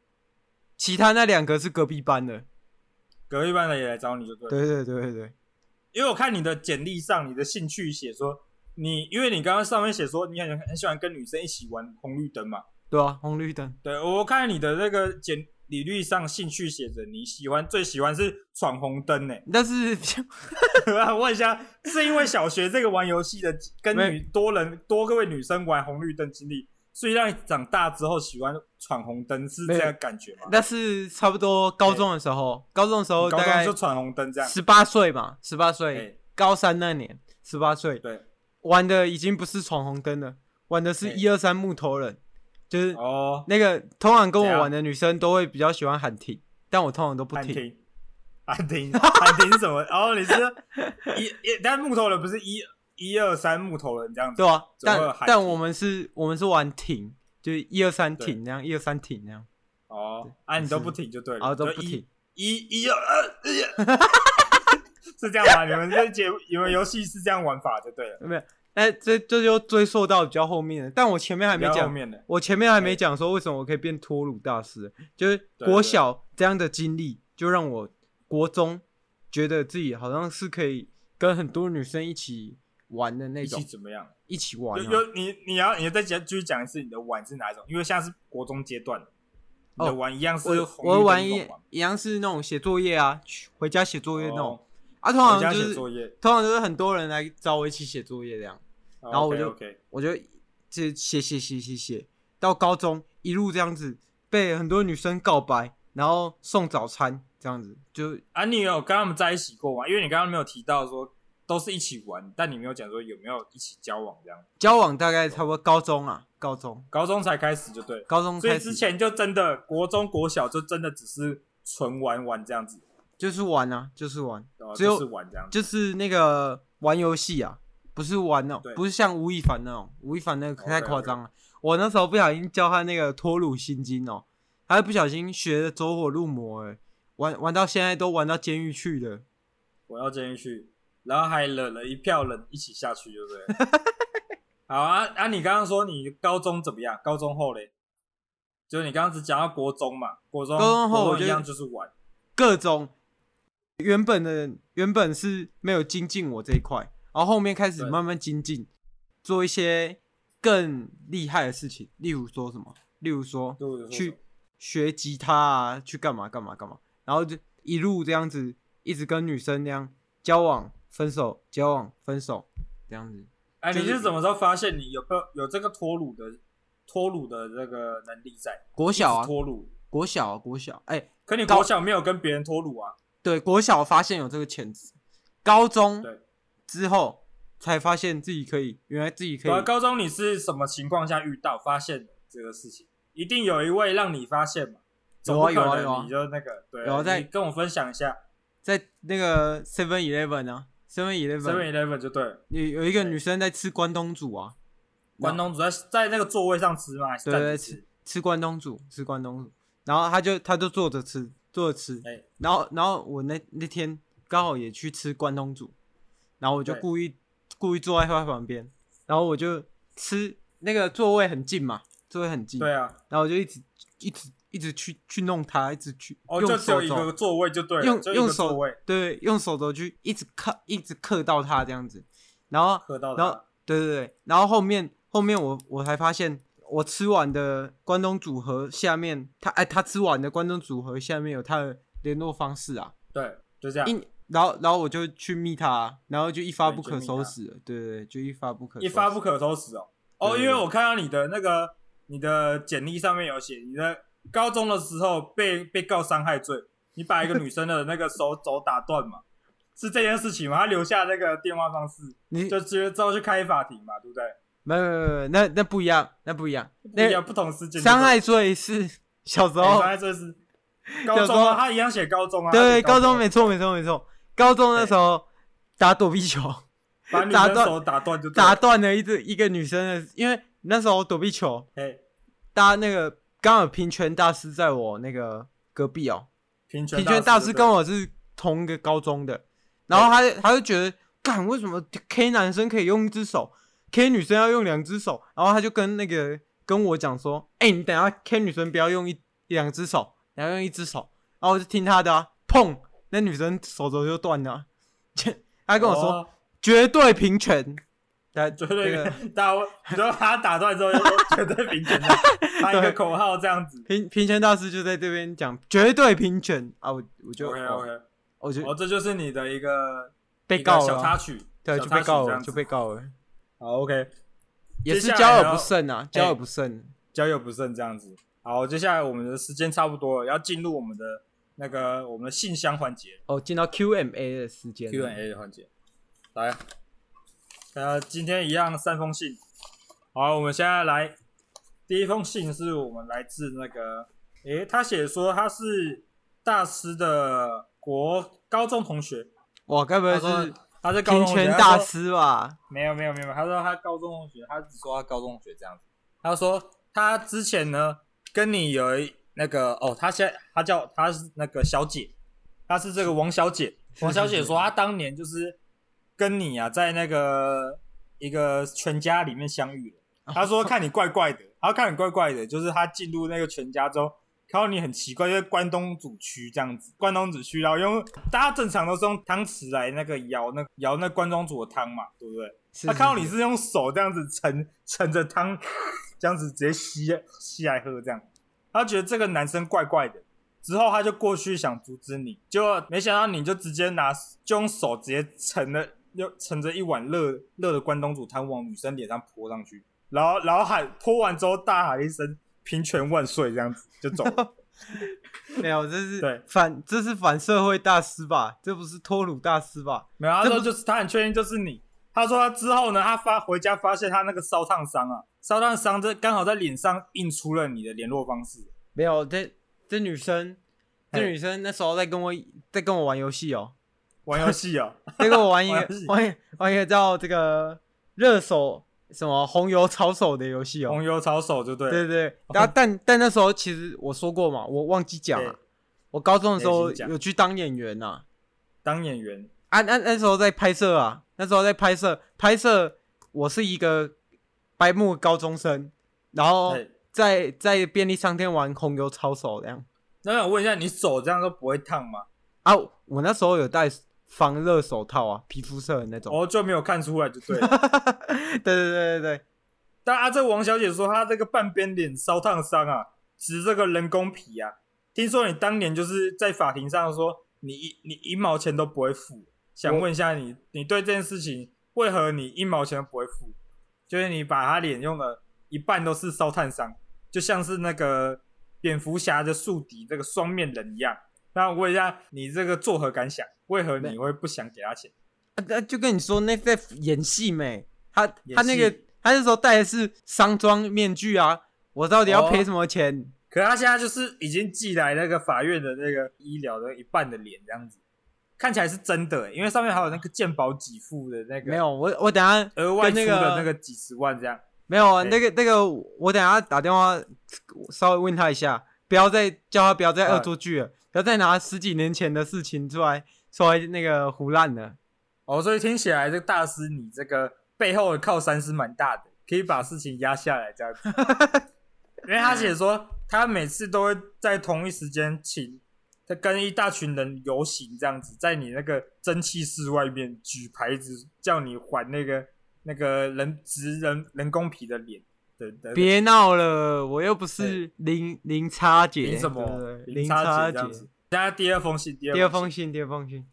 B: 其他那两个是隔壁班的。
A: 隔壁班的也来找你就对了。
B: 对对对对对，
A: 因为我看你的简历上，你的兴趣写说你，因为你刚刚上面写说你很很喜欢跟女生一起玩红绿灯嘛。
B: 对啊，红绿灯，
A: 对我看你的那个简履历上兴趣写着你喜欢最喜欢是闯红灯呢、
B: 但是
A: 我想问一下，是因为小学这个玩游戏的跟
B: 没
A: 女多人多各位女生玩红绿灯经历，所以让你长大之后喜欢闯红灯，是
B: 没有
A: 这样感觉吗？
B: 但是差不多高中的时候，高中的时候
A: 你高
B: 哦大
A: 中
B: 概
A: 就闯红灯这样，
B: 十八岁嘛，十八岁
A: 哎，
B: 高三那年十八岁，
A: 对，
B: 玩的已经不是闯红灯了，玩的是
A: 哎
B: 一二三木头人，就是
A: 哦，
B: 那个通常跟
A: 怎
B: 我
A: 样
B: 玩的女生都会比较喜欢喊停，但我通常都不
A: 喊
B: 停。
A: 停，喊停，喊停是什么？哦，你是一一，但木头人不是一一二三木头人这样 子
B: 对 啊，
A: 怎么会
B: 但
A: 有喊
B: 但
A: 停
B: 我们是，我们是玩挺，就是一二三
A: 对
B: 挺那样，一二三挺那样，
A: 哦，啊，你都不停就对
B: 然后
A: 了，
B: 哦都
A: 就
B: 不
A: 一
B: 挺。
A: 一一二二，一 是这样吗？你们这节你们游戏是这样玩法就对了，
B: 没有，哎，这这就追溯到比较后面了。但我前面还没
A: 不要后
B: 讲，
A: 面的。
B: 我前面还没讲说为什么我可以变脱乳大师，就是
A: 对
B: 国
A: 对
B: 小这样的经历，就让我国中觉得自己好像是可以跟很多女生一起玩的那
A: 一起
B: 种，
A: 怎么样？
B: 一起玩
A: 有
B: 啊。
A: 有你你要你再讲继续讲一次你的玩是哪一种？因为现在是国中阶段，你的玩一样是
B: 哦我
A: 红绿
B: 我
A: 灯
B: 玩
A: 那
B: 一
A: 种玩
B: 一样是那种写作业啊，去回家写作业那种
A: 哦，
B: 啊，通
A: 回
B: 常
A: 家
B: 就
A: 写
B: 是
A: 作业，
B: 通常就是很多人来找我一起写作业这样，
A: 然
B: 然后我就
A: OK，
B: 我就就写写写写写，到高中一路这样子被很多女生告白，然后送早餐这样子，就
A: 啊，你有跟他们在一起过吗？因为你刚刚没有提到说都是一起玩，但你没有讲说有没有一起交往这样。
B: 交往大概差不多高中啊，高中
A: 高中才开始就对了，
B: 高中
A: 所以
B: 开
A: 之
B: 始
A: 前就真的国中国小就真的只是纯玩玩这样子，
B: 就是玩啊，就是玩，
A: 哦
B: 只有
A: 就是玩这样子。
B: 就是那个玩游戏啊，不是玩哦
A: 对，哦
B: 不是像吴亦凡那种，吴亦凡那个
A: OK，OK
B: 太夸张了。我那时候不小心教他那个脱乳心经哦，他不小心学的走火入魔、欸，玩玩到现在都玩到监狱去了。
A: 我要监狱去，然后还惹了一票人一起下去，对不对？ 好啊啊！你刚刚说你高中怎么样？高中后嘞，就是你刚刚只讲到国中嘛，国中
B: 高中后
A: 国
B: 我就
A: 一样就是玩，
B: 各种原本的原本是没有精进我这一块，然后后面开始
A: 对
B: 慢慢精进，做一些更厉害的事情，例如说什么，例如说
A: 对不对？
B: 去学吉他啊，去干嘛干嘛干嘛，然后就一路这样子，一直跟女生那样交往、分手、交往、分手这样子。
A: 哎、
B: 就是
A: 你是什么时候发现你有没有有这个脱乳的脱乳的这个能力在？
B: 国小
A: 一
B: 啊
A: 直，脱乳，
B: 国小、啊、国小，哎、
A: 可你
B: 高
A: 国小没有跟别人脱乳啊？
B: 对，国小发现有这个潜质，高中
A: 对
B: 之后才发现自己可以，原来自己可
A: 对啊，
B: 以。
A: 高中你是什么情况下遇到发现的这个事情？一定有一位让你发现嘛？
B: 有啊
A: 总不可
B: 有啊
A: 能
B: 有啊
A: 你就那个对啊，
B: 有啊在
A: 你跟我分享一下
B: 在那个 Seven Eleven 啊，Seven
A: Seven
B: Eleven
A: Eleven 就对了。
B: 有有一个女生在吃关东煮啊，
A: 关东煮在在那个座位上吃吗？还是
B: 对
A: 站着
B: 对
A: 吃？
B: 吃关东煮，吃关东煮，然后她就她就坐着吃，坐着吃，
A: 哎
B: 然后然后我那那天刚好也去吃关东煮，然后我就
A: 对
B: 故意故意坐在他旁边，然后我就吃那个座位很近嘛，座位很近，
A: 对啊，
B: 然后我就一直一直一直去去弄他，一直去
A: 哦，就
B: 用
A: 只有
B: 手
A: 一
B: 肘，
A: 个座位就对了，
B: 用
A: 就一
B: 用
A: 个座
B: 手
A: 位
B: 对，用手肘去一直刻一直刻到他这样子，然后
A: 喝到
B: 然后
A: 它。
B: 对对对，然后后面后面我我才发现，我吃完的关东组合下面，他哎他吃完的关东组合下面有他的联络方式啊，
A: 对，就这样，
B: 因然后然后我就去密他啊，然后就一发
A: 对
B: 不
A: 就
B: 可
A: 密
B: 收
A: 他
B: 拾了，对对对，就一发不可
A: 一
B: 收
A: 发
B: 拾
A: 不可收拾哦。哦，
B: 对
A: 因为我看到你的那个你的简历上面有写，你的高中的时候被被告伤害罪，你把一个女生的那个手肘打断嘛， 是这件事情吗？他留下那个电话方式，
B: 你
A: 就直接之后去开法庭嘛，对不对？
B: 没有没有没有，那那不一样，那不一样，
A: 不一样
B: 那
A: 不同事件，
B: 伤害罪 是小时
A: 对不对哎
B: 候
A: 伤害罪是
B: 有
A: 高
B: 时
A: 中啊，
B: 候
A: 他一样写高中啊，他
B: 对
A: 写
B: 高中
A: 啊
B: 没错没错没错，高中那
A: 对
B: 时候打躲避球。
A: 把女
B: 打
A: 生
B: 断
A: 手打断就 对
B: 打
A: 了，
B: 断了一个一个女生的，因为那时候躲避球，
A: 哎，
B: 大家那个刚好平权大师在我那个隔壁哦，
A: 平权
B: 平权大师
A: 师
B: 跟我是同一个高中的，然后他他就觉得，干为什么 K 男生可以用一只手，K 女生要用两只手，然后他就跟那个跟我讲说，哎、你等一下 K 女生不要用一两只手，你要用一只手，然后我就听他的、啊，砰，那女生手肘就断了啊， 他
A: 他
B: 跟我说、绝对平权，他
A: 哦绝
B: 那
A: 对
B: 个
A: 打，你说把他打断之后，就说绝对平权的， 喊一个
B: 对
A: 口号这样子。
B: 平平权大师就在这边讲绝对平权啊，我我 就
A: OK OK，
B: 我就
A: 哦，这就是你的一个
B: 被告
A: 一个
B: 了
A: 小插
B: 啊，
A: 曲，
B: 对，
A: 小
B: 就
A: 插
B: 被
A: 曲
B: 告
A: 这
B: 了，
A: 样
B: 就
A: 子。
B: 被告了，
A: 好 OK，
B: 也是
A: 接下来
B: 交友
A: 要
B: 不慎啊，交友不慎，
A: 交友不慎这样子。好，接下来我们的时间差不多了，要进入我们的那个我们的信箱环节
B: 哦，进到 QMA 的时间了
A: Q&A 的环节。来，呃，今天一样三封信。好，我们现在来第一封信是我们来自那个，诶，他写说他是大师的国高中同学，
B: 哇，该不会
A: 他说
B: 是
A: 他是高中
B: 平
A: 同学
B: 权
A: 他
B: 大
A: 说
B: 师吧？
A: 没有没有没有，他说他高中同学，他只说他高中同学这样子。他说他之前呢跟你有一那个哦，他现在他叫他是那个小姐，她是这个王小姐。王小姐说她当年就是跟你啊在那个一个全家里面相遇了。她说看你怪怪的，她看你怪怪的，就是她进入那个全家之后。看到你很奇怪，就是关东煮区这样子，关东煮区，然后用大家正常都是用汤匙来那个舀那舀那关东煮的汤嘛，对不对？
B: 是
A: 他看到你是用手这样子盛盛着汤，这样子直接吸吸来喝，这样，他觉得这个男生怪怪的，之后他就过去想阻止你，结果没想到你就直接拿就用手直接盛了，又盛着一碗热热的关东煮汤往女生脸上泼上去，然后然后喊泼完之后大喊一声“平权万岁”这样子就走了。
B: 是没有，这是
A: 对
B: 反这是反社会大师吧？这不是托鲁大师吧？
A: 没有，他
B: 这
A: 说
B: 不
A: 就是他很确定就是你。他说他之后呢，他发回家发现他那个烧烫伤啊，烧烫伤这刚好在脸上印出了你的联络方式。
B: 没有，这这女生这
A: 嘿
B: 女生那时候在跟我在跟我玩游戏哦，
A: 玩游戏 啊，
B: 那个我玩一个
A: 玩游戏
B: 玩一玩一个叫这个热手什么红油抄手的游戏哦，
A: 红油抄手就对了。
B: 对对对，然后但但那时候其实我说过嘛，我忘记讲了
A: 对，
B: 我高中的时候
A: 对请讲
B: 有去当演员呐、
A: 当演员
B: 啊，那、那时候在拍摄啊，那时候在拍摄拍摄，我是一个白目高中生，然后
A: 对
B: 在在便利商店玩红油抄手这样
A: 那想问一下，你手这样都不会烫吗？
B: 啊，我那时候有戴防热手套啊，皮肤色的那种，
A: 哦，就没有看出来就对了。
B: 对对对对对，
A: 但啊，这王小姐说她这个半边脸烧烫伤啊，植这个人工皮啊。听说你当年就是在法庭上说你一你一毛钱都不会付，想
B: 我
A: 问一下你，你对这件事情为何你一毛钱都不会付？就是你把她脸用了一半都是烧烫伤，就像是那个蝙蝠侠的宿敌这个双面人一样。那我问一下，你这个作何感想？为何你会不想给他钱？
B: 啊，那就跟你说那在演戏没？他
A: 演
B: 他那个
A: 戏
B: 他那时候戴的是商装面具啊，我到底要赔
A: 哦
B: 什么钱？
A: 可他现在就是已经寄来那个法院的那个医疗的一半的脸这样子，看起来是真的、欸因为上面还有那个健保给付的那个
B: 没有，我我等下
A: 额外出
B: 跟那
A: 的
B: 个
A: 那个几十万这样。
B: 没有啊，
A: 对
B: 那个那个，我等下打电话稍微问他一下，不要再叫他不要再
A: 啊
B: 恶作剧了，不要再拿十几年前的事情出来出来那个胡乱了。
A: 哦，所以听起来这个大师，你这个背后的靠山是蛮大的，可以把事情压下来这样子。 因为他写说，他每次都会在同一时间请他跟一大群人游行这样子，在你那个蒸汽室外面举牌子，叫你还那个那个人植人人工皮的脸的的
B: 别闹了，我又不是零零差姐，
A: 凭什
B: 对不
A: 么
B: 对
A: 零
B: 零
A: 差
B: 差
A: 姐这样子？大家第二封信，第二
B: 第二封信，第二封信，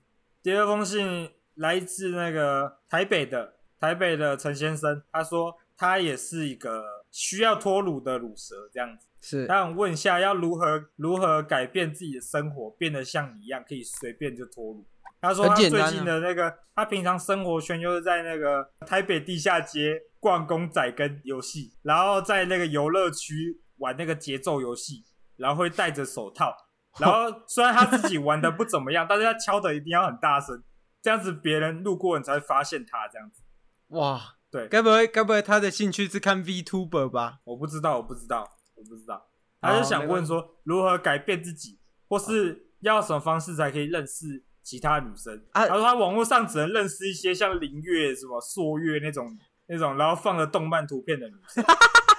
A: 第二封信来自那个台北的台北的陈先生，他说他也是一个需要脱乳的乳蛇这样子。
B: 是
A: 他想问一下，要如何如何改变自己的生活，变得像你一样可以随便就脱乳？他说他
B: 很
A: 最
B: 简单啊
A: 近的那个，他平常生活圈就是在那个台北地下街逛公仔跟游戏，然后在那个游乐区玩那个节奏游戏，然后会戴着 手套，然后虽然他自己玩的不怎么样，但是他敲的一定要很大声，这样子别人路过你才会发现他这样子。
B: 哇，
A: 对
B: 该不会该不会他的兴趣是看 VTuber 吧？
A: 我不知道，我不知道，我不知道。他就想
B: 没
A: 问
B: 关系
A: 说，如何改变自己，或是要什么方式才可以认识其他女生？
B: 啊
A: 他说他网络上只能认识一些像林月、什么朔月那种那种，然后放了动漫图片的女生。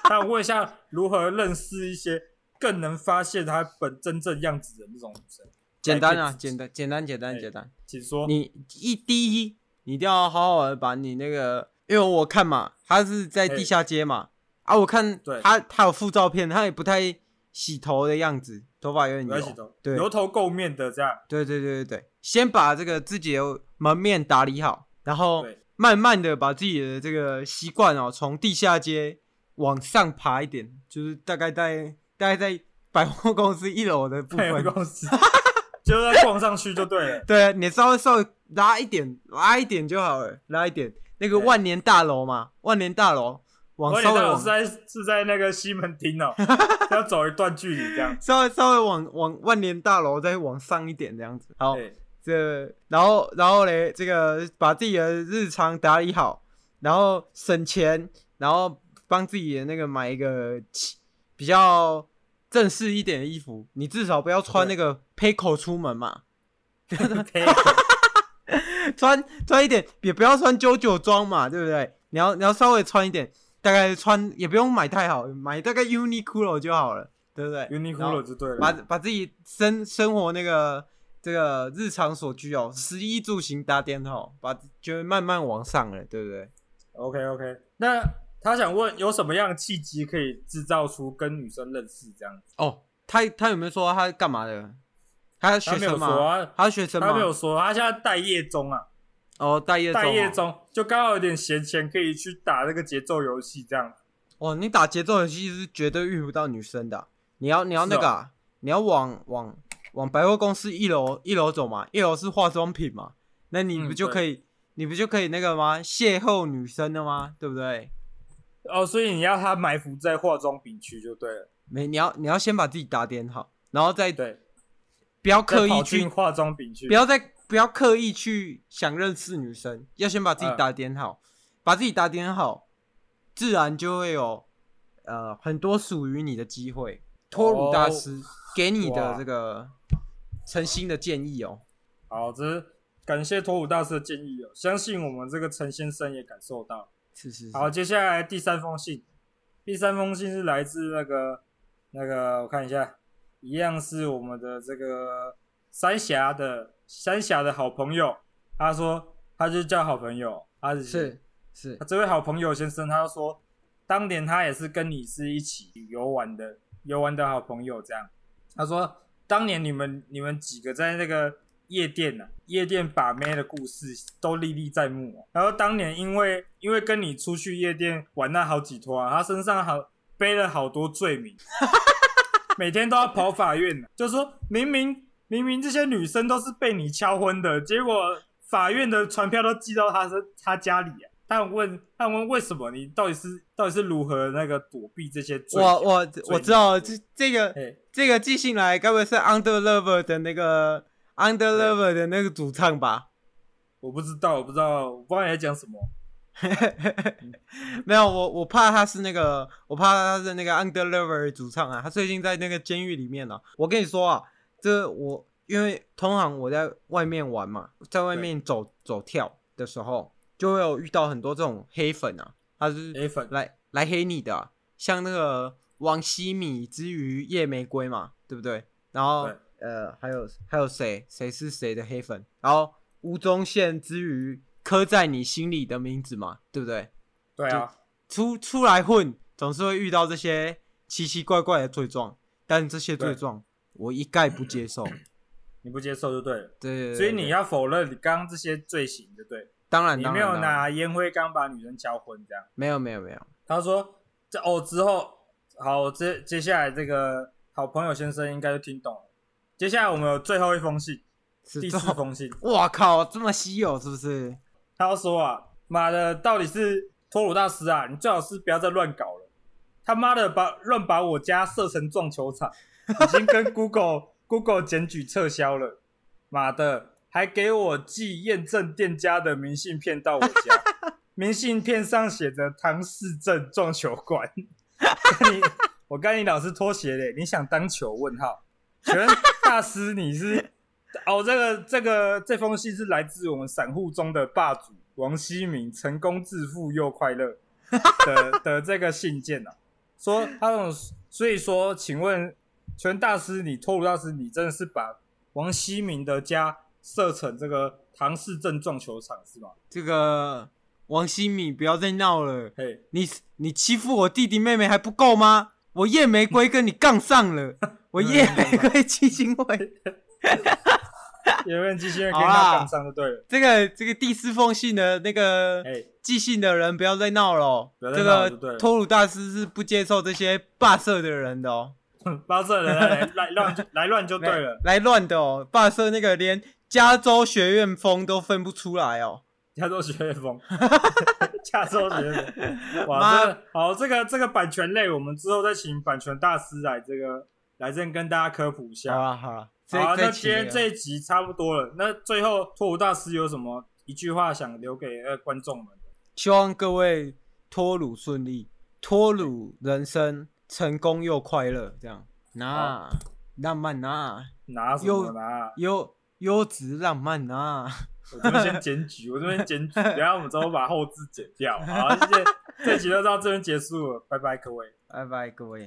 A: 他想问一下，如何认识一些更能发现她本真正样子的那种女生？
B: 简单
A: 改
B: 啊，
A: 变自己
B: 简单，简单，简单，
A: 哎
B: 简单。
A: 请说。
B: 你一第一，你一定要好好的把你那个，因为我看嘛，他是在
A: 哎
B: 地下街嘛，啊，我看
A: 对
B: 他他有附照片，他也不太洗头的样子，头发有点
A: 不
B: 油
A: 要洗头，
B: 对
A: 油头垢面的这样。
B: 对对对对对，先把这个自己的门面打理好，然后
A: 对
B: 慢慢的把自己的这个习惯哦，从地下街往上爬一点，就是大概在大概在百货公司一楼的部
A: 配合
B: 分，
A: 公司，就是在逛上去就对了。
B: 对啊你稍微稍微拉一点，拉一点就好了，拉一点。那个
A: 对
B: 万年大楼嘛，万年大楼往
A: 我
B: 稍
A: 脸
B: 微
A: 到是
B: 往
A: 在是在那个西门 町哦，要走一段距离这样。
B: 稍微稍微往往万年大楼再往上一点这样子，好。
A: 对
B: 这然后然后嘞，这个把自己的日常打理好，然后省钱，然后帮自己的那个买一个起比较正式一点的衣服，你至少不要穿那个 Pico 出门嘛，
A: ，OK，
B: 穿穿一点，也不要穿九九装嘛，对不对？你要你要稍微穿一点，大概穿也不用买太好，买大概 Uniqlo 就好了，对不对
A: Uniqlo 就对
B: 把
A: 了。
B: 把自己生生活那个这个日常所居哦，食衣住行打点好，把就会慢慢往上了，对不对？
A: OK OK，那他想问有什么样的契机可以制造出跟女生认识这样子？
B: 哦，他他有没有说他干嘛的？他是
A: 他
B: 学
A: 没有
B: 生
A: 说
B: 吗？
A: 啊，
B: 他是学生吗
A: 他没？有说，啊他现在待业中啊，
B: 哦，待业中、
A: 待
B: 哦。
A: 业中就刚好有点闲钱可以去打那个节奏游戏这样。
B: 哦，你打节奏游戏是绝对遇不到女生的啊、你要你要
A: 哦
B: 那个啊、你要往往往百货公司一楼一楼走嘛，一楼是化妆品嘛，那你
A: 嗯
B: 不就
A: 对
B: 可以、你不就可以那个吗？邂逅女生的吗？对不对？
A: 哦，所以你要他埋伏在化妆品区就对了，
B: 没，你要你要先把自己打点好，然后再
A: 对，
B: 不要刻
A: 再
B: 意
A: 跑
B: 去
A: 进，化妆品区
B: 不，要再不要刻意去想认识女生，要先把自己
A: 嗯
B: 打点好，把自己打点好，自然就会有呃很多属于你的机会。托鲁大师、给你的
A: 哦哇
B: 这个诚心的建议哦，
A: 好，这是感谢托普大师的建议哦，相信我们这个陈先生也感受到。
B: 是是是，
A: 好，接下来第三封信，第三封信是来自那个那个，我看一下，一样是我们的这个三峡的三峡的好朋友，他说他就叫好朋友，他是
B: 是是
A: 这位好朋友先生，他说，当年他也是跟你是一起游玩的，游玩的好朋友这样。他说，当年你们你们几个在那个夜店呢、啊，夜店把妹的故事都历历在目哦、然后当年因为因为跟你出去夜店玩那好几拖、啊，他身上好背了好多罪名， 每天都要跑法院呢、啊就说明明明明这些女生都是被你敲昏的，结果法院的传票都寄到他身他家里、啊。他问他问为什么你到底是到底是如何那个躲避这些罪？
B: 我我
A: 以
B: 我
A: 你
B: 知道这这个
A: 哎
B: 这个寄信来，该不会是 Under Lover 的那个 Under Lover 的那个主唱吧？
A: 我不知道，我不知道，我不知道你在讲什么。
B: 没有，我我怕他是那个，我怕他是那个 Under Lover 主唱啊，他最近在那个监狱里面呢、我跟你说啊，这我因为通常我在外面玩嘛，在外面走走跳，的时候，就会有遇到很多这种黑粉啊，他是
A: 黑粉
B: 来来黑你的啊、像那个王希米之于夜玫瑰嘛，对不对？然后
A: 对
B: 呃，还有还有谁？谁是谁的黑粉？然后吴宗宪之于刻在你心里的名字嘛，对不对？
A: 对啊，
B: 出出来混，总是会遇到这些奇奇怪怪的罪状，但这些罪
A: 对
B: 状我一概不接受。
A: 你不接受就对了。
B: 对对对
A: 所以
B: 对
A: 你要否认你刚刚这些罪行，就对了。
B: 当然
A: 你
B: 当
A: 没
B: 然
A: 有
B: 当然
A: 拿烟灰缸把女人敲昏这样。
B: 没有没有没有，
A: 他说这哦之后，好，接接下来这个好朋友先生应该就听懂了。接下来我们有最后一封信，
B: 是
A: 第
B: 这
A: 四
B: 种
A: 封信，
B: 哇靠，这么稀有是不是？
A: 他说啊，妈的，到底是托鲁大师啊，你最好是不要再乱搞了，他妈的把乱把我家设成撞球场，已经跟 Google Google 检举撤销了，妈的，还给我寄验证店家的明信片到我家，明信片上写着唐市镇撞球馆，你我跟你老师脱鞋嘞，你想当球？问号，请问大师你是？哦，这个这个这封信是来自我们散户中的霸主王希明，成功致富又快乐的的这个信件啊，说他那种，所以说，请问全大师你，托鲁大师，你真的是把王希明的家设成这个唐氏症撞球场是吗？
B: 这个王希米不要再闹了，
A: 嘿，
B: 你你欺负我弟弟妹妹还不够吗？我夜玫瑰跟你杠上 了，我夜玫瑰基金会。
A: 有人机器人跟
B: 好啦
A: 他杠上就对了，
B: 这个这个第四封信的那个
A: 哎，
B: 寄信的人不要再闹了哦，
A: 不要
B: 这
A: 再闹了就对
B: 个
A: 了
B: 托鲁大师是不接受这些霸社的人的哦，
A: 八这人来来乱就来乱就对
B: 来
A: 了，
B: 来乱的哦，霸社那个连加州学院风都分不出来哦。
A: 加州学院 风，加州学院风，
B: 妈
A: 哇，这个好，这个这个版权类，我们之后再请版权大师来这个来这跟大家科普一下。
B: 好了好了，
A: 好
B: 这
A: 啊，那
B: 这期
A: 今天
B: 了
A: 这一集差不多了。那最后拓普大师有什么一句话想留给呃观众们的？
B: 希望各位脱乳顺利，脱乳人生成功又快乐，这样那浪漫呐，
A: 拿什
B: 有
A: 么拿？
B: 优优质浪漫啊呐，
A: 我这边先检举，我这边检举，等一下我们之 后把后置剪掉。好，谢谢，这集就到这边结束了，拜拜各位。
B: 拜拜各位。